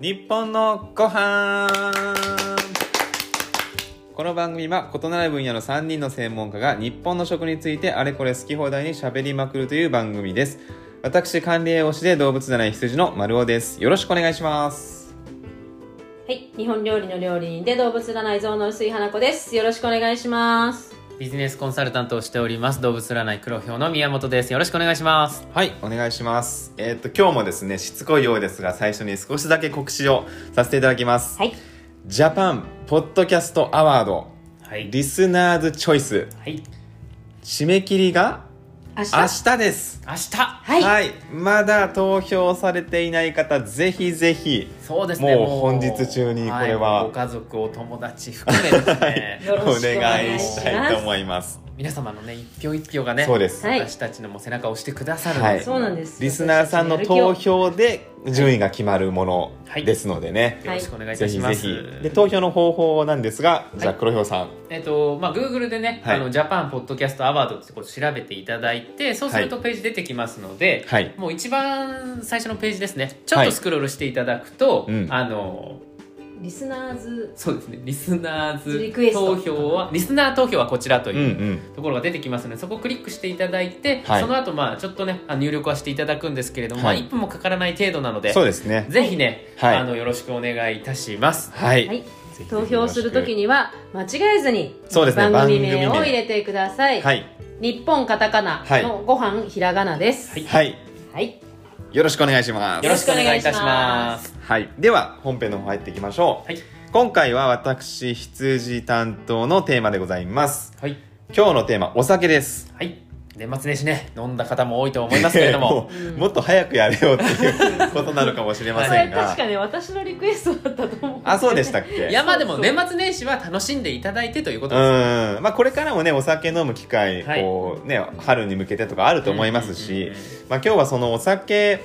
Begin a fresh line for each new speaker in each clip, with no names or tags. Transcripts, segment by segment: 日本のご飯この番組は異なる分野の3人の専門家が日本の食についてあれこれ好き放題に喋りまくるという番組です私管理栄養士で動物占い羊の丸尾ですよろしくお願いします
はい、日本料理の料理人で動物占い像の薄い花子です。よろしくお願いします。
ビジネスコンサルタントをしております動物占い黒豹の宮本ですよろしくお願いします
はいお願いしますえーっと今日もですねしつこいようですが最初に少しだけ告知をさせていただきます、
はい、
ジャパンポッドキャストアワード
はい
リスナーズチョイス
はい
締め切りが
明日。
明日です
明日
はい、
まだ投票されていない方ぜひぜひ
そうですね
もう本日中にこれはい
ご家族お友達含めです ね
よ
お
ろしく
願
お願
い
い
し
した
いと
ま
思います
皆様のね一票一票がね
そうです
はい
私たちのもう背中を押してくださる
は
ん
い
です、
そうなんです。
リスナーさんの投
私
票で順位が決まるもの
はい
ですのでね、
よろしくお願いい
ぜ
た
ひ
し
ぜ
ます
ひで投票の方法なんですがじゃあ
はい
黒ひょうさん
えっとまあ、Google でね、
はい
あのジャパンポッドキャストアワードってこう調べていただいてそうするとページ出てきますので、
はい
もう一番最初のページですねちょっとスクロールしていただくと、
うん
あの
のリスナーズ。
そうですねリスナ
リクエ
ーズ
スト
投票はリスナー投票はこちらと
うん
いうう、
ん
ところが出てきますのでそこをクリックしていただいて、
はい
その後まあちょっとねあの入力はしていただくんですけれども、
はい
まあ、1分もかからない程度なので
そうですね
ぜひね、
はい
あのよろしくお願いいたします。
はい、
はい。
ぜひぜひ
投票するときには間違えずに
そうですね
番組
番
名を
組名
入れてください。
はい
日本カタカナ
はい
のご飯ひらがなです。
はい
はい
はい。
よろしくお願いします
よろしくお願いいたしま
よ
す。
はいでは本編の方入っていきましょう
はい、
今回は私羊担当のテーマでございます
はい、
今日のテーマお酒です
はい、年末年始ね飲んだ方も多いと思いますけれ ども
もうもっと早くやれよっていうことなのかもしれま
こ
せ
れ
ん が
確かね私のリクエストだったと思う。。
あそうでしたたっけ
いやまあでも
そうそう
年末年始は楽しんでいただいてというこ
う
とです、
んまあ、これからもねお酒飲む機会、
はい
こうね、春に向けてとかあると思いますし、
うんうんうん
まあ、今日はそのお酒、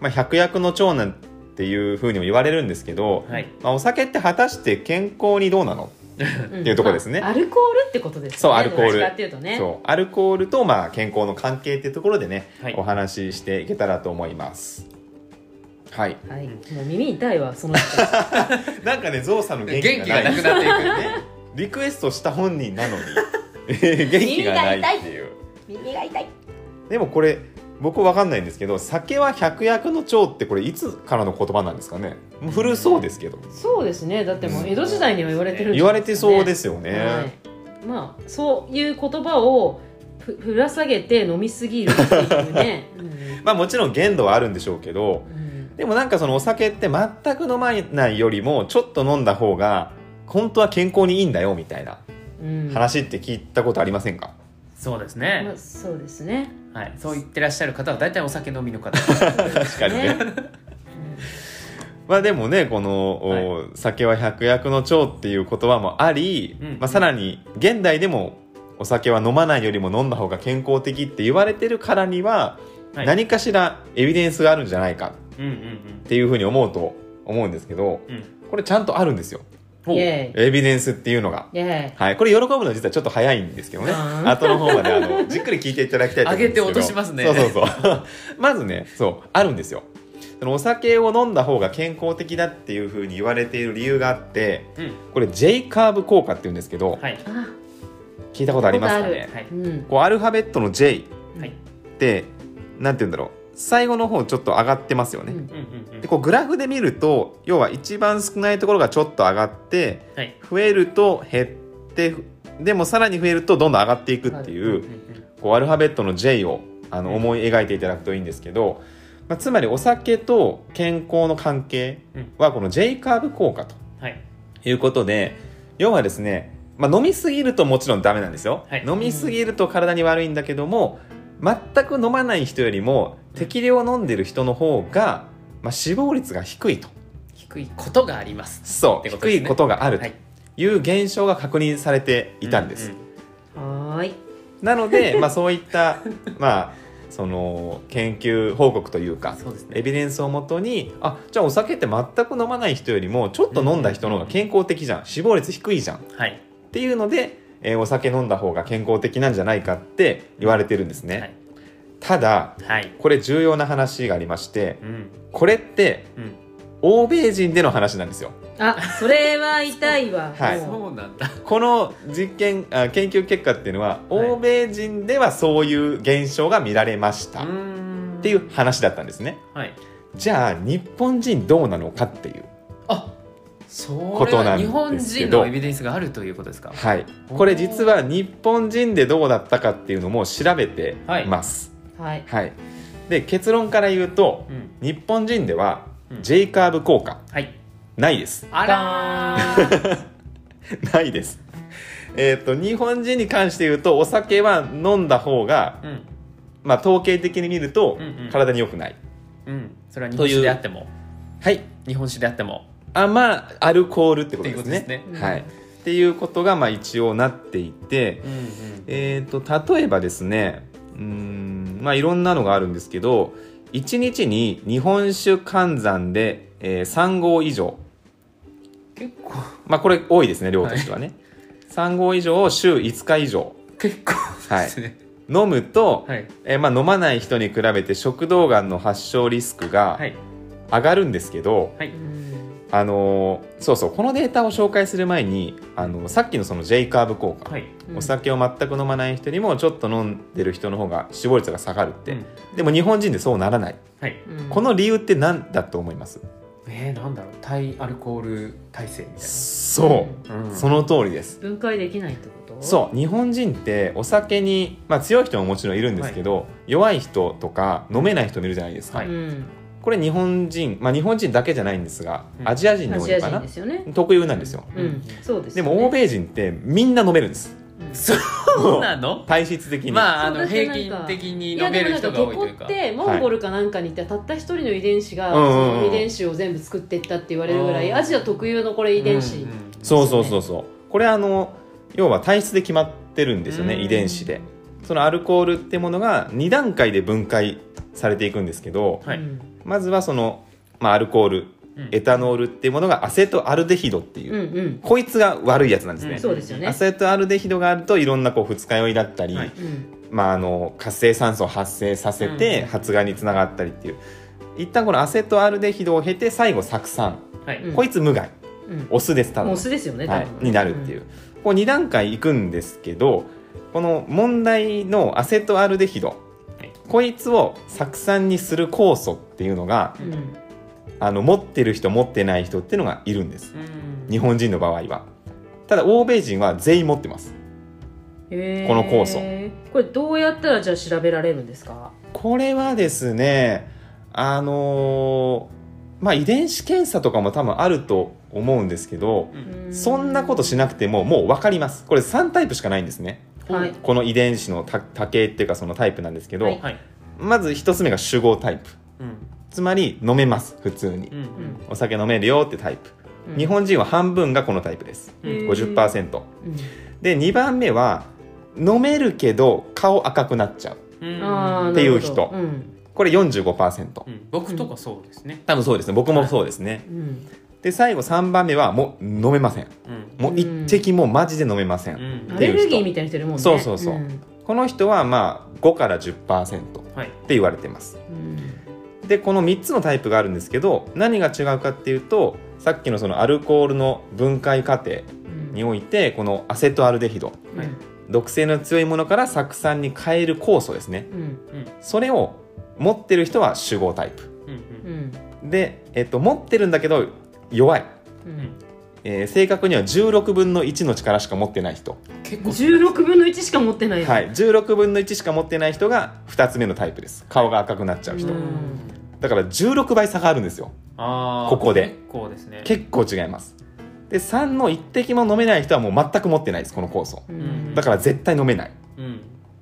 まあ、百薬の長男っていうふうにも言われるんですけど、
はい
まあ、お酒って果たして健康にどうなの
って
いうとこですね
アルコールってことですね。
そうアルコール
どっちかっていうとね。
そうアルコールとまあ健康の関係っていうところでね、
はい
お話ししていけたらと思いますはい
はい。もう耳痛いわそ の人。
なんかねゾウさんの元気
元
が
気
な
が
い
なくなっていく
ねリクエストした本人なの に元気がないっていう
耳が痛い。
でもこれ僕わかんないんですけど酒は百薬の長ってこれいつからの言葉なんですかねもう古そうですけど
そうですねだってもう江戸時代には言われてるんじ
言
ゃ
わ
ない
れ
で
て
すかね
そうですよね、
はい、まあそういう言葉をふぶら下げて飲みすぎるっていうね、 うん
まあもちろん限度はあるんでしょうけど
うん
でもなんかそのお酒って全く飲まないよりもちょっと飲んだ方が本当は健康にいいんだよみたいな
うん
話って聞いたことありませんか、
そうです
ま
ね
あ、、そうですね
はい、そう言ってらっしゃる方は大体お酒飲みの方
確かにね
ね
まあでもねこの、お酒は百薬の長」っていう言葉もあり、
うん
まあ、さらに現代でもお酒は飲まないよりも飲んだ方が健康的って言われてるからには、
はい
何かしらエビデンスがあるんじゃないか
うんうん
っていうふうに思うと思うんですけど
うんうん
これちゃんとあるんですよ
ほう
イエーイ
エビデンスっていうのが。
イエ
はい、これ喜ぶの実はちょっと早いんですけどね
うん
後の方まであ のじっくり聞いていただきたいと思うんですけど
上げて落としますね
そうそうそうまずねそうあるんですよそのお酒を飲んだ方が健康的だっていうふうに言われている理由があって
うん
これ J カーブ効果っていうんですけど、
は
ー
い
イあ
聞いたことありますか
聞いた
ね
はい
うん
こうアルファベットの J
はい
ってなんて言うんだろう最後の方ちょっと上がってますよね、
うん
うんうんうん
でこうグラフで見ると要は一番少ないところがちょっと上がって
はい
増えると減ってでもさらに増えるとどんどん上がっていくっていう、
うんうん
こうアルファベットの J をあの思い描いていただくといいんですけど、まあ、つまりお酒と健康の関係はこの J カーブ効果と
はい
いうことで要はですね、まあ、飲みすぎるともちろんダメなんですよ、
はい
飲みすぎると体に悪いんだけども全く飲まない人よりも適量飲んでる人の方が、まあ、死亡率が低いと
低いことがあります
そ
っ
う
てこと
低
ですね
いことがあると
はい
いう現象が確認されていたんです
う、
はーい
なので、まあ、そういった、 まあ、その研究報告というか
そうですね
エビデンスをもとにあじゃあお酒って全く飲まない人よりもちょっと飲んだ人の方が健康的じゃん死亡率低いじゃんっ
はい
ていうので、えーお酒飲んだ方が健康的なんじゃないかって言われてるんですね、
はい
ただ
はい
これ重要な話がありまして
うん
これって
うん
欧米人での話なんですよ
あそれは痛いわ
はい
もう
そうなんだ。
この実験あ研究結果っていうのは、
はい
欧米人ではそういう現象が見られました
う
っ
ーん
ていう話だったんですね
はい。
じゃあ日本人どうなのかっていう
あ、そ
こ
れ
とな
は
んですけど
日本人のエビデンスがあるということですか。
はいこれ実は日本人でどうだったかっていうのも調べてます、
はい
はいで結論から言うと
うん。
日本人では
うん
J カーブ効果
はい。
ないです
あらー。
ないです。えっと日本人に関して言うとお酒は飲んだ方が、
うん。
まあ、統計的に見ると
うんうん
体に良くない、
うん。それは日本酒であっても、
はい
日本酒であっても
あまあアルコールってことですね
っていうこと
ですね
はい、っていうことがまあ一応なっていて、
うん
えっと例えばですねうーんまあいろんなのがあるんですけど1日に日本酒換算で、えー3合以上
結構
まあこれ多いですね量としてはね、3合以上を週5日以上
結構ですね。
飲むと、
はい。
えーまあ、飲まない人に比べて食道がんの発症リスクが
はい。
上がるんですけど、
うん
あのーそうそうこのデータを紹介する前に、あのーさっきのその J カーブ効果、
はい。
うん
お酒を全く飲まない人にもちょっと飲んでる人の方が死亡率が下がるって、
うん
でも日本人でそうならない、
はい。
うん
この理由って何だと思います
えー、なんだろう。対アルコール耐性みた
そう、
いな。うん
その通りです
分解できないってこと
そう日本人ってお酒に、まあ、強い人ももちろんいるんですけど、弱い人とか飲めない人もいるじゃないですか、
はいう
うん
これ日本人、まあ、日本人だけじゃないんですが、
うん
アジア人で
ア
多い
ジア
のか
人
な
ですよね
特有なんですよ
うん、そうです
で
よね
も欧米人ってみんな飲めるんです
うん
そうなの？
体質的に、
まああ
そう
の
だって
平
なんか
均的に
い
飲
や
め
でもな
る
んか
人
下
が多いと
戸
いう
っ
か。
てモンゴルかなんかに行ったらたった一人の遺伝子が
うんうんうん
その遺伝子を全部作ってったって言われるぐらい
うん
アジア特有のこれ遺伝子
うんうん
そうそうそうそうこれあの要は体質で決まってるんですよ
う
ね
ん
遺伝子でそのアルコールってものが2段階で分解されていくんですけど
はい
うん
まずはその、まあ、アルコール
うん
エタノールっていうものがアセトアルデヒドっていう、
うんうん
こいつが悪いやつなんですね、
うん
そうですよね
アセトアルデヒドがあるといろんなこう二日酔いだったり、
はい
うん
まあ、あの活性酸素を発生させて
うん
発がんにつながったりっていう、一旦このアセトアルデヒドを経て最後酢酸、
はい。
うん
こいつ無害
うん
お酢です多
もう
分、
オスですよね
は
多
い、
分
になるっていう、こう2段階いくんですけどこの問題のアセトアルデヒド、
い
こいつを酢酸にする酵素っていうのが
うんうん
あの持ってる人持ってない人っていうのがいるんです
うん
日本人の場合はただ欧米人は全員持ってます
へー
この酵素
これどうやったらじゃあ調べられるんですか
これはですねあのーまあ遺伝子検査とかも多分あると思うんですけど
う
そんなことしなくてももう分かりますこれ3タイプしかないんですね
はい
この遺伝子の多多形っていうかそのタイプなんですけど、
はい
はい。
まず1つ目が主語タイプ
うん
つまり飲めます普通に、
うんうん
お酒飲めるよってタイプ、
うん
日本人は半分がこのタイプです
へー
50%
うん
で2番目は飲めるけど顔赤くなっちゃう
うん
あー
っていう人
なるほどうん
これ45%、
うん僕とかそうですね。
多分そうですね僕もそうですね、
うん
で最後3番目はもう飲めません
うん
もう一滴もマジで飲めません、
うん
ア
で
レルギーみたいな人いるもんね
そうそうそう
うん
この人はまあ5から10%って
はい。
言われてます
うん
でこの3つのタイプがあるんですけど何が違うかっていうとさっきのそのアルコールの分解過程
うん
においてこのアセトアルデヒド
うん
毒性の強いものから酢酸に変える酵素ですね
うん
それを持ってる人は主語タイプ
うんうん
うん
で、えっと、持ってるんだけど弱い、
うん
えー正確には16分の1の力しか持ってない人、
結構
16分の1しか持ってないの
はい、16分の1しか持ってない人が2つ目のタイプです顔が赤くなっちゃう人、
うん
だから16倍差があるんですよ
ああ
ここで
結構ですね
結構違いますで3の1滴も飲めない人はもう全く持ってないですこの酵素
うん
だから絶対飲めない
うん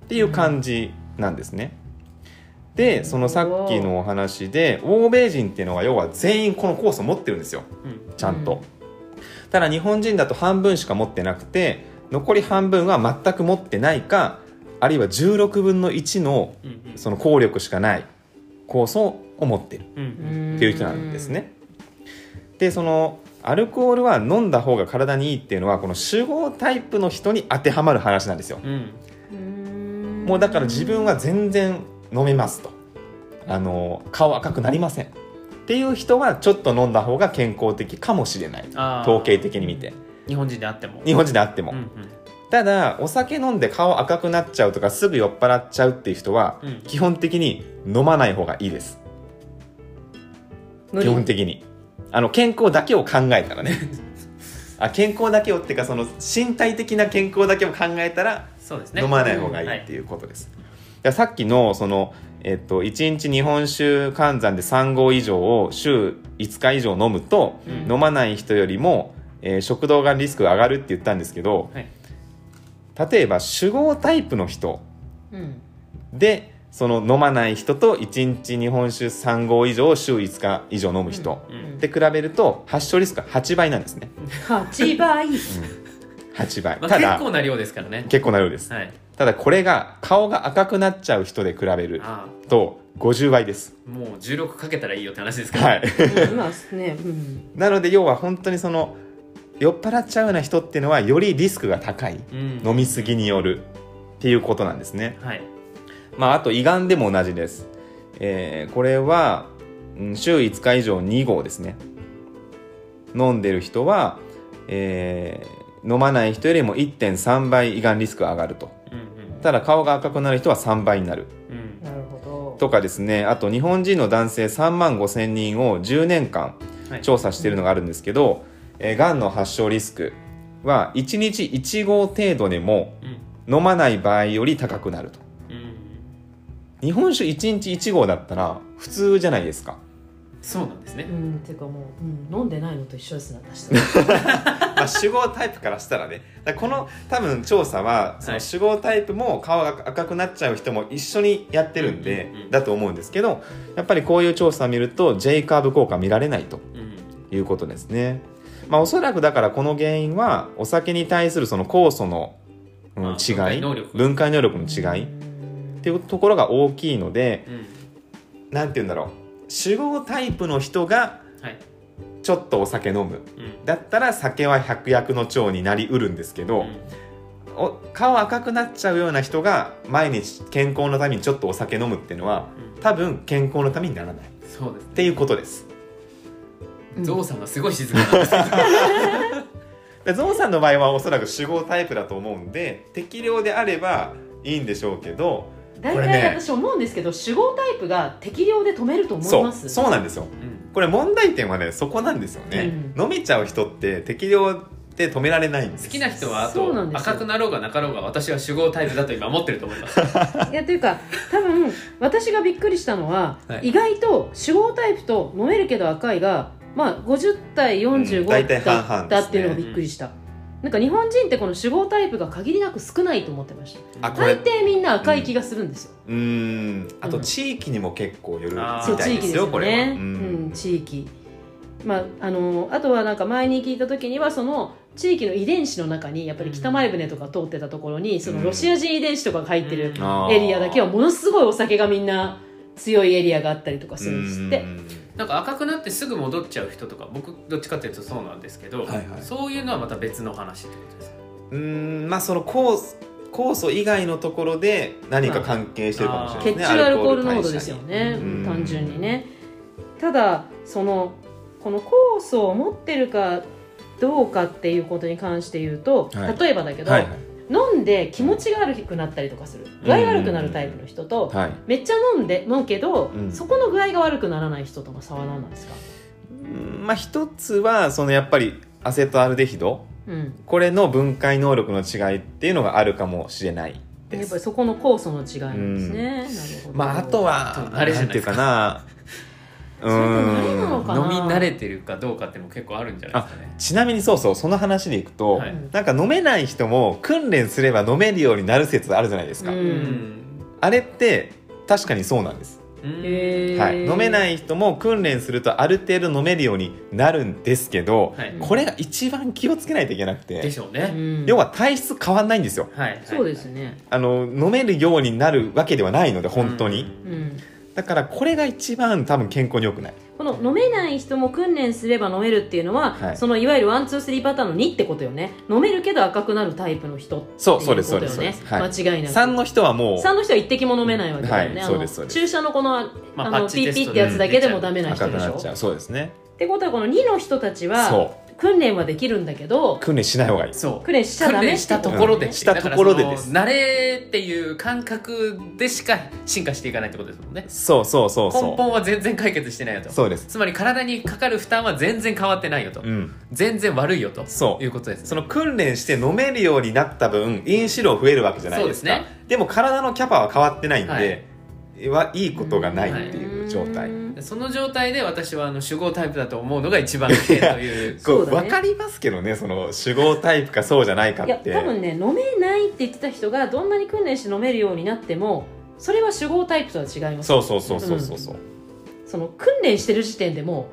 っていう感じなんですね、でそのさっきのお話で欧米人っていうのは要は全員この酵素持ってるんですよ
うん
ちゃん
う
と、ただ日本人だと半分しか持ってなくて残り半分は全く持ってないかあるいは16分の1の
うんうん
その効力しかない酵素を持ってる
うんうん
っていう人なんですね。でそのアルコールは飲んだ方が体にいいっていうのはこの集合タイプの人に当てはまる話なんですよ。
うん
うん
もうだから自分は全然飲めますとあの顔赤くなりませんっていう人はちょっと飲んだ方が健康的かもしれない
あー
統計的に見て
日本人であっても
日本人であっても、
うん
ただお酒飲んで顔赤くなっちゃうとかすぐ酔っ払っちゃうっていう人は、
うん
基本的に飲まない方がいいです
無
基
理
本的にあの健康だけを考えたらねあ健康だけをっていうかその身体的な健康だけを考えたら
うんそうですね
飲まない方がい
はいい
っていうことです、だからさっきのその、えっと、1日日本酒換算で3合以上を週5日以上飲むと、
うん
飲まない人よりも、えー食道がんリスクが上がるって言ったんですけど
はい
例えば酒豪タイプの人
うん
でその飲まない人と1日日本酒3合以上を週5日以上飲む人、
う
うん
ん
で比べると発症リスクが8倍なんですね、
8倍
8倍
まあ、
た
結
だ
構な量ですからね
結構な量です
はい
ただこれが顔が赤くなっちゃう人で比べる
あ
と50倍です
あもう16かけたらいいよって話ですから、
はい
うんまあねうん
なので要は本当にその酔っ払っちゃうような人っていうのはよりリスクが高い
うん、
飲み過ぎによるっていうことなんですね
はい
まああと胃がんでも同じです、えーこれはうん週5日以上2合ですね飲んでる人は、えー飲まない人よりも1.3倍胃がんリスクが上がると
うんうん
ただ顔が赤くなる人は3倍になる
うん
なるほど
とかですねあと日本人の男性3万5千人を10年間
はい
調査しているのがあるんですけど、えーがんの発症リスクは1日1合程度でも
うん
飲まない場合より高くなると
うん
日本酒1日1合だったら普通じゃないですか
そうなんですね
うんっていうかもう、うん、飲んでないのと一緒ですね私と
まあ酒豪タイプからしたらねだからこの多分調査はその
はい
酒豪タイプも顔が赤くなっちゃう人も一緒にやってるんで、
うんうんうん
だと思うんですけどやっぱりこういう調査を見ると J カーブ効果見られないと
うん
いうことですね。まあ、おそらくだからこの原因はお酒に対するその酵素の、うん
まあ分
違い
解能力
分解能力の 違いっ
うん
ていうところが大きいので
うん
何て言うんだろう酒豪タイプの人が
はい
ちょっとお酒飲む
うん
だったら酒は百薬の長になりうるんですけど、
うん
お顔赤くなっちゃうような人が毎日健康のためにちょっとお酒飲むっていうのは
うん
多分健康のためにならないっ
そうですね
ていうことです。
うん
ゾウさんがすごい静かなんです
でゾウさんの場合はおそらく酒豪タイプだと思うんで適量であればいいんでしょうけど
大
これね
体私思うんですけど、酒豪タイプが適量で止めると思い
そう
ます
そうなんですよ
うん
これ問題点はねそこなんですよね、飲めちゃう人って適量で止められないんです
好きな人はあ
そうなん
と
ですよ
赤くなろうがなかろうが私は主語タイプだと今思ってると思い ます。
いやというか多分私がびっくりしたのは、
はい
意外と酒豪タイプと飲めるけど赤いが、まあ、50対45
うん
だ
大体半々
ったっていうのが
ですね
びっくりした、なんか日本人ってこの酒豪タイプが限りなく少ないと思ってました
あこれ
大抵みんな赤い気がするんですよ、
うーんあと地域にも結構よるみ
あー
そう
た
地
いで
域ですす
よ
よ
これは、
ね、うん、地域まああのあとはなんか前に聞いた時にはその地域の遺伝子の中にやっぱり北前船とか通ってたところにそのロシア人遺伝子とかが入ってる
うん
あー
エリアだけはものすごいお酒がみんな強いエリアがあったりとかするんですっ
う。
て
ん
なんか赤くなってすぐ戻っちゃう人とか僕どっちかっていうとそうなんですけど、
はいはい
そういうのはまた別の話ってことですか
うーんまあその酵素酵素以外のところで何か関係してるかもしれない
血
ですね
中アルコール濃度ですよね、
うん
単純にねただそのこの酵素を持ってるかどうかっていうことに関して言うと、
はい
例えばだけど、
代謝に
飲んで気持ちが悪くなったりとかする具合悪くなるタイプの人と、
はい、はい
めっちゃ飲んで飲むけど、
うん
そこの具合が悪くならない人との差は何なんですか、
うんまあ一つはそのやっぱりアセトアルデヒド
うん、
これの分解能力の違いっていうのがあるかもしれないで
やっぱり
す。
そこの酵素の違いなんですね、なるほど
まああとは
あれじゃ
ん
な
てい
いで
うか
すか
な。う
慣れなの
ん
か
飲み慣れてるかどうかっても結構あるんじゃないですかね。
ちなみにそうそうその話でいくと、
はい
なんか飲めない人も訓練すれば飲めるようになる説あるじゃないですか、
う
うんん
あれって確かにそうなんです、
うん
へー
はい、飲めない人も訓練するとある程度飲めるようになるんですけど、
はい
これが一番気をつけないといけなく
で
て
しょうね。
うん
要は体質変わんないんですよ
はいはい
そうですね、
あの飲めるようになるわけではないので本当に、
うん、
だからこれが一番多分健康に良くない
この飲めない人も訓練すれば飲めるっていうのは、
はい
そのいわゆるワンツースリーパターンの2ってことよね飲めるけど赤くなるタイプの人ってい
そう
ことよね
そうですそうですそうですはい
間違いなく
3の人はもう
3の人は一滴も飲めないわけだよね、
はい
あ
そうですそ
の
うです
注射のこの,、
まあ
あ、
パッ
の
チ
ピッ
テストで
ピってやつだけでもダメな人
赤く
でし
な
ょ
っちゃ
っ
うそうですね
てことはこの2の人たちは
そ
訓練はできるんだけど
う訓練しない方がいい
そう
訓練しちゃダメ
訓練したところで、
うんしたところでです
だからその慣れっていう感覚でしか進化していかないってことですもんね
そうそうそうそう
根本は全然解決してないよと
そうです
つまり体にかかる負担は全然変わってないよと、
うん
全然悪いよと
そう
いうことですね
その訓練して飲めるようになった分飲酒量増えるわけじゃないですか
そう
で
です
も体のキャパは変わってないんで、、
はい
いいことがないっていう状態、
うん
その状態で私はあの主語タイプだと思うのが一番危険と いう
こ
そう
う
だね
分かりますけどねその主語タイプかそうじゃないかっ
いや
て
多分ね飲めないって言ってた人がどんなに訓練して飲めるようになってもそれは主語タイプとは違います
そうそうそうそうそうそう、
その訓練してる時点でもう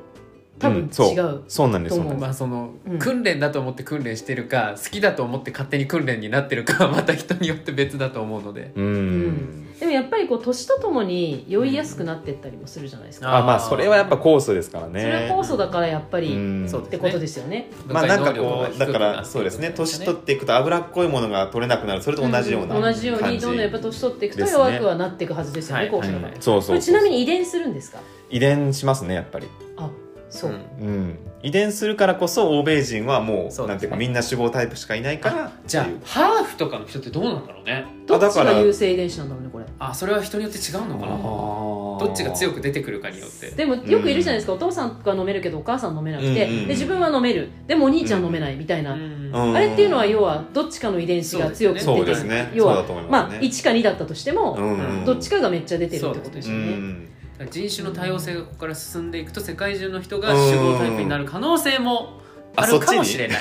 多分
うん
違う,、
そうそうなんですそうなんで
まあその、
うん
訓練だと思って訓練してるか好きだと思って勝手に訓練になってるかはま た人によって別だと思うのです
うん、
でもやっぱりこう年とともに酔いやすくなってったりもするじゃないですか、
あまあそれはやっぱ酵素ですからね
それは酵素だからやっぱり、
うん
そう
っ
です
てことですよね
まあなんかこう
能
だか
力が低くなってい
ら
く
そうですね
こと
年取っていくと脂っこいものが取れなくなるそれと同じような
同
感
じ
じ、
ようにどんどんやっぱ年取っていくと
ですね
弱くはなっていくはずですよね
はい
酵素の場合
はい
そう
こ
そう
れ
そ
ち
う
なみに遺伝するんですか
遺伝しますねやっぱり
あそう、
うん
うん遺伝するからこそ欧米人はもう
そうですね
なんていうかみんな脂肪タイプしかいないから
じゃあハーフとかの人ってどうなんだろうね
どっ
だ
ち
から
が優性遺伝子なんだろうねこれ
あそれは人によって違うのかなど
ど
っちが強
く
く出てくるかによって
でもよくいるじゃないですか、お父さんが飲めるけどお母さん飲めなくて、
うんうんうん
で自分は飲めるでもお兄ちゃん飲めないみたいな、
うん
あれっていうのは要はどっちかの遺伝子が強く出て
そ
る
うですね
要
そう
は
だと思い
ま
ますね
あ1か2だったとしても、
うんうん
どっちかがめっちゃ出てるってことです
う
よね、
ん
人種の多様性がここから進んでいくと世界中の人が主語タイプになる可能性もあるかもしれない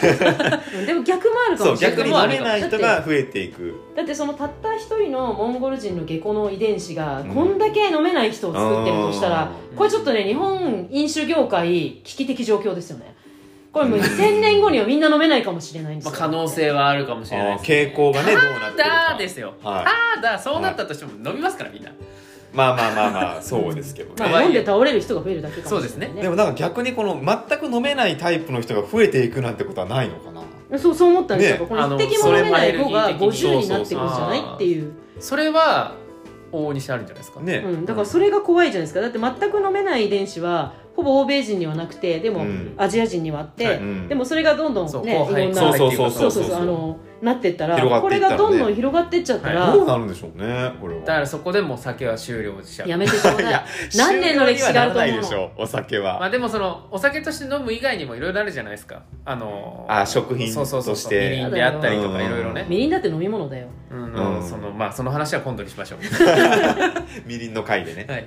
うんでも逆もあるか
そう
もしれない
逆に飲めない人
だ
が増えていく
ってだってそのたった一人のモンゴル人の下戸の遺伝子がこんだけ飲めない人を作ってるとしたら、
うん
これちょっとね日本飲酒業界危機的状況ですよねこれもう2000年後にはみんな飲めないかもしれないんです
ま
よ、
あ可能性はあるかもしれない
あー
ですね
傾向がねどうなってる
た
か
だですよ
は
ただそうなったとしても飲みますからみんな
まあまあまあまあそうですけど
まあ、
ね
飲んで倒れる人が増えるだけかもしれない、ね、
でもなんか逆にこの全く飲めないタイプの人が増えていくなんてことはないのかな
そうそう思ったんですよ、
ね
この一滴も飲めない子が
あの
それ
50になってくるんじゃない
そうそうそう
っていう、
それは往々にしてあるんじゃないですか
ね
うん、だからそれが怖いじゃないですかだって全く飲めない遺伝子はほぼ欧米人にはなくてでも
うん
アジア人にはあって、
はい
うん
でもそれがどんど
そうん
ね
後
い
輩
ろんな
そうそうそう
そうそう
そう
そう
そう
あのなってったら
広がって
こ
いっ
れ
たらね
がどんどん広がってっちゃったら、
は
どうなるんでしょうねこれ
だか
は
らそこでもう酒は終了しちゃう
やめてちょうだい何年の歴史があると
終了にはならな
思
いうでし
の
ょお酒
まあ
は
でもそのお酒として飲む以外にもいろいろあるじゃないですかあの
あ食品
そうそうそうそ
とし
う
て
みりんであったりと
う
か
ん
いろいろね
みりんだって飲み物だよ
うん
うん
そのまあその話は今度にしましょ
みりんの回でね
うはい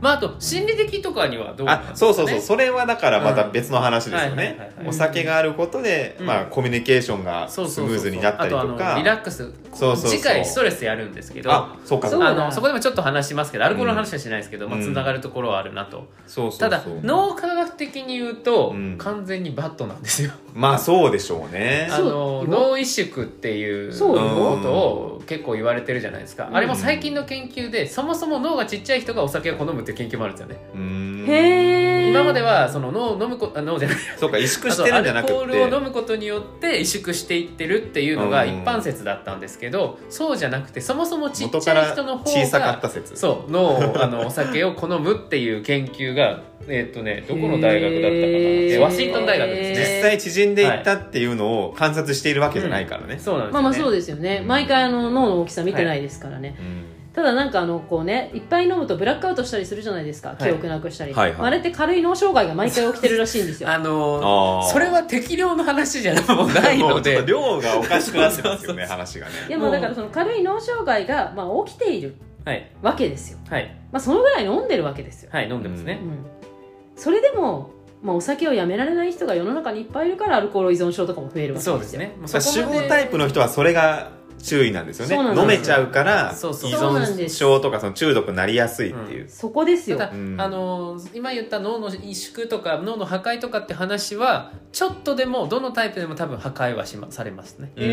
まああと心理的とかにはどうなんです
あ
か
そうそうそう
ね
それはだからまた別の話ですよ
うんはいは
ね
いはいはい
お酒があることで
うん
まあコミュニケーションがスム
そうそうそ
ー
うそう
ズになったりと
あとあのリ
か
ラックス
そうそうそう
次回ストレスやるんですけど
あそうか
そう
あ
だ
のそこでもちょっと話しますけどアルコールの話はしないですけど、
うん
まあ、つながるところはあるなと、
そうそう
ただ
そう
脳科学的に言うと、
うん
完全にバットなんですよ
まあそうでしょうね
あの
そうよ
脳萎縮っていう
そう
こと
よ
を結構言われてるじゃないですか、
うん
あれも最近の研究でそもそも脳がちっちゃい人がお酒を好むっていう研究もあるんですよね、
へー
今まではその脳を飲むこあ脳じゃない
そうか萎縮
あ
して
と
る
ア
んじゃな
ル
くて
コールを飲むことによって萎縮していってるっていうのが一般説だったんですけど、そうじゃなくてそもそもちっ
元
ち
か
ゃい
ら
人の方
小さかっ
が
た説
そう脳をあのお酒を好むっていう研究が えっ、とねどこの大学だったかな
へー
えワシントン大学です
実
ね
際縮んでいったっていうのを観察しているわけじゃないからね、
そうなんですよね
まあまあそうですよね、毎回あの脳の大きさ見てないですからね、
うん
ただなんかあのこうねいっぱい飲むとブラックアウトしたりするじゃないですか、
い
記憶なくしたり、
はいはい
まああれって軽い脳障害が毎回起きてるらしいんですよ
あの
あー
それは適量の話じゃ もうない
も
の
うちょっ
で
と量がおかしくなってますよね
そ
話がね
いやもうだからその軽い脳障害が、まあ、起きている
はい
わけですよ、
はい
まあ、そのぐらい飲んでるわけですよ、
はい飲んでます
う
ね、
ん、それでも、まあ、お酒をやめられない人が世の中にいっぱいいるからアルコール依存症とかも増えるわけです
そ
よ
うですねもう
だから
そこまで
脂肪タイプの人はそれが注意なんですよね
そうなんです
飲めちゃうから依
そうそう
存症とかその中毒になりやすいっていう、
そこです
た
よ
だ、
うん
あの今言った脳の萎縮とか脳の破壊とかって話はちょっとでもどのタイプでも多分破壊はしまされますね
うん
へ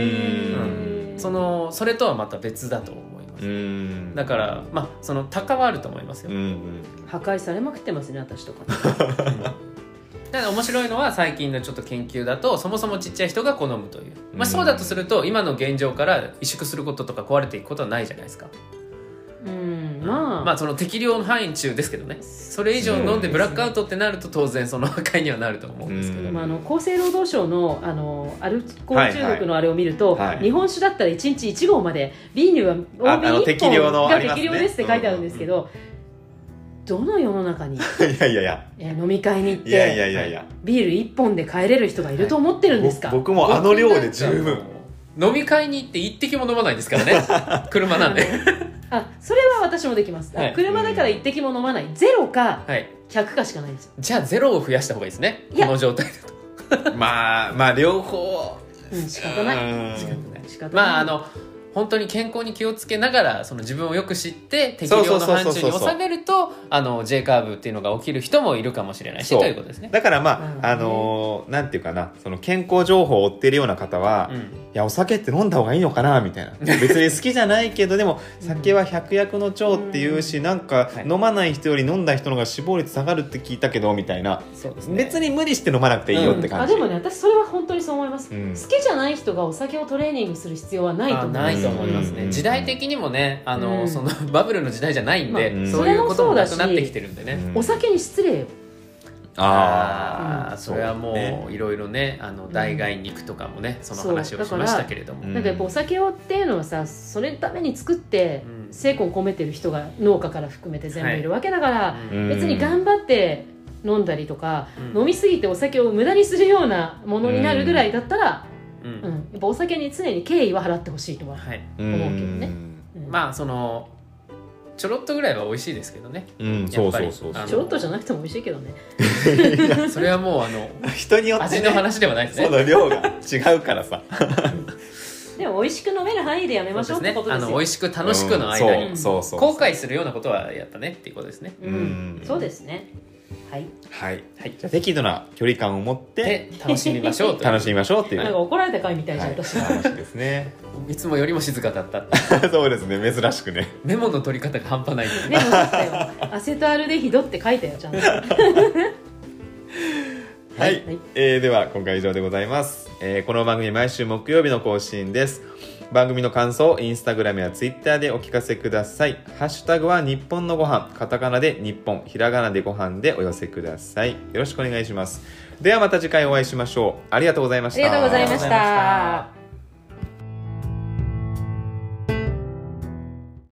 ー
そのそれとはまた別だと思いますま
う
す、
ん
だからまあその鷹はあると思いますよ、
うんうん
破壊されまくってますね私とかね
ただ面白いのは最近のちょっと研究だとそもそもちっちゃい人が好むという、まあ、そうだとすると今の現状から萎縮することとか壊れていくことはないじゃないですか、
うんまあ、
まあその適量の範囲中ですけどねそれ以上飲んでブラックアウトってなると当然その破 壊にはなると思うんですけど、
うん
まあ、あの厚生労働省のあのアルコール中毒のあれを見ると、
はいはい
日本酒だったら1日1合までビール
あ
は
あの
大瓶
適
1
量の
本
あ
が
ります
適
ね
量ですって書いてあるんですけど、どの世の中に、
いやいやいや
えー飲み会に行って
いやいやいやいや
ビール1本で帰れる人がいると思ってるんですか、
ぼ僕もあの量で十分
飲み会に行って一滴も飲まないですからね車なんで
あそれは私もできます、あ
はい
車だから1滴も飲まないゼロか
はい
100かしかないんですよ、
じゃあゼロを増やした方がいいですね
いや
この状態だと
まあまあ両方
うん、仕方ない
うん
仕方ない
仕方ない
まああの本当に健康に気をつけながらその自分をよく知って適量の範疇に収めるとあの J カーブっていうのが起きる人もいるかもしれないし
そう
ということですね。
だからまあ、
うん
あのーなんていうかなその健康情報を追ってるような方は、
う
い
ん
やお酒って飲んだ方がいいのかなみた いな別に好きじゃないけどでも
うん
酒は百薬の長っていうし、なんか
はい
飲まない人より飲んだ人の方が死亡率下がるって聞いたけどみたいな
そうですね
別に無理して飲まなくていいよって感じ、
あでもね私それは本当にそう思います、
うん
好きじゃない人がお酒をトレーニングする必要はないと思
あ
う
ないと思いますね、
うん
時代的にもねあの、
うん
そのバブルの時代じゃないんで、
まあ
そういうこともなく
それもそうだし
なってきてるんでね、
うん
お酒に失礼よ
あ
ああ、
うん
それはも
そうね
ういろいろねあの代替肉とかもねその話をしましたけれども
そうだ
なんかやっぱお酒をっていうのはさそれのために作って
うん
精魂込めてる人が農家から含めて全部いるわけだから、
う
うん
ん
別に頑張って飲んだりとか、
うん
飲みすぎてお酒を無駄にするようなものになるぐらいだったら、
う
うん
ん
やっぱお酒に常に敬意は払ってほしいとは、
はい、
ー
思うけどねうん
まあそのちょろっとぐらいは美味しいですけどね
うん、うん、そ
や
う
っぱ
そ
り
うそう
あ
ちょろっとじゃなくても美味しいけどね
それはもうあの
人によって、
味
ね
の、話ではないですね
そうだ量が違うからさ
でも美味しく飲める範囲でやめましょうってことです
あ
よ
の美味しく楽しくの間に、
うんそうそうそう
後悔するようなことはやったねっていうことですね
うん
うん
そうですねはい
はい
はい
じゃあ適度な距離感を持って
で楽しみましょうと
楽しみましょうっていう、
なんか怒られた回みたいじゃん、
はい、
私
話ですね
いつもよりも静かだったって
そうですね珍しくね
メモの取り方が半端ないです
メモ取ったよアセトアルデヒドって書いたよちゃんと
はい、
はい
えーでは今回は以上でございます、えーこの番組毎週木曜日の更新です番組の感想をインスタグラムやツイッターでお聞かせくださいハッシュタグは日本のご飯カタカナで日本ひらがなでご飯でお寄せくださいよろしくお願いしますではまた次回お会いしましょうありがとうございました
ありがとうございました
ありがとうございました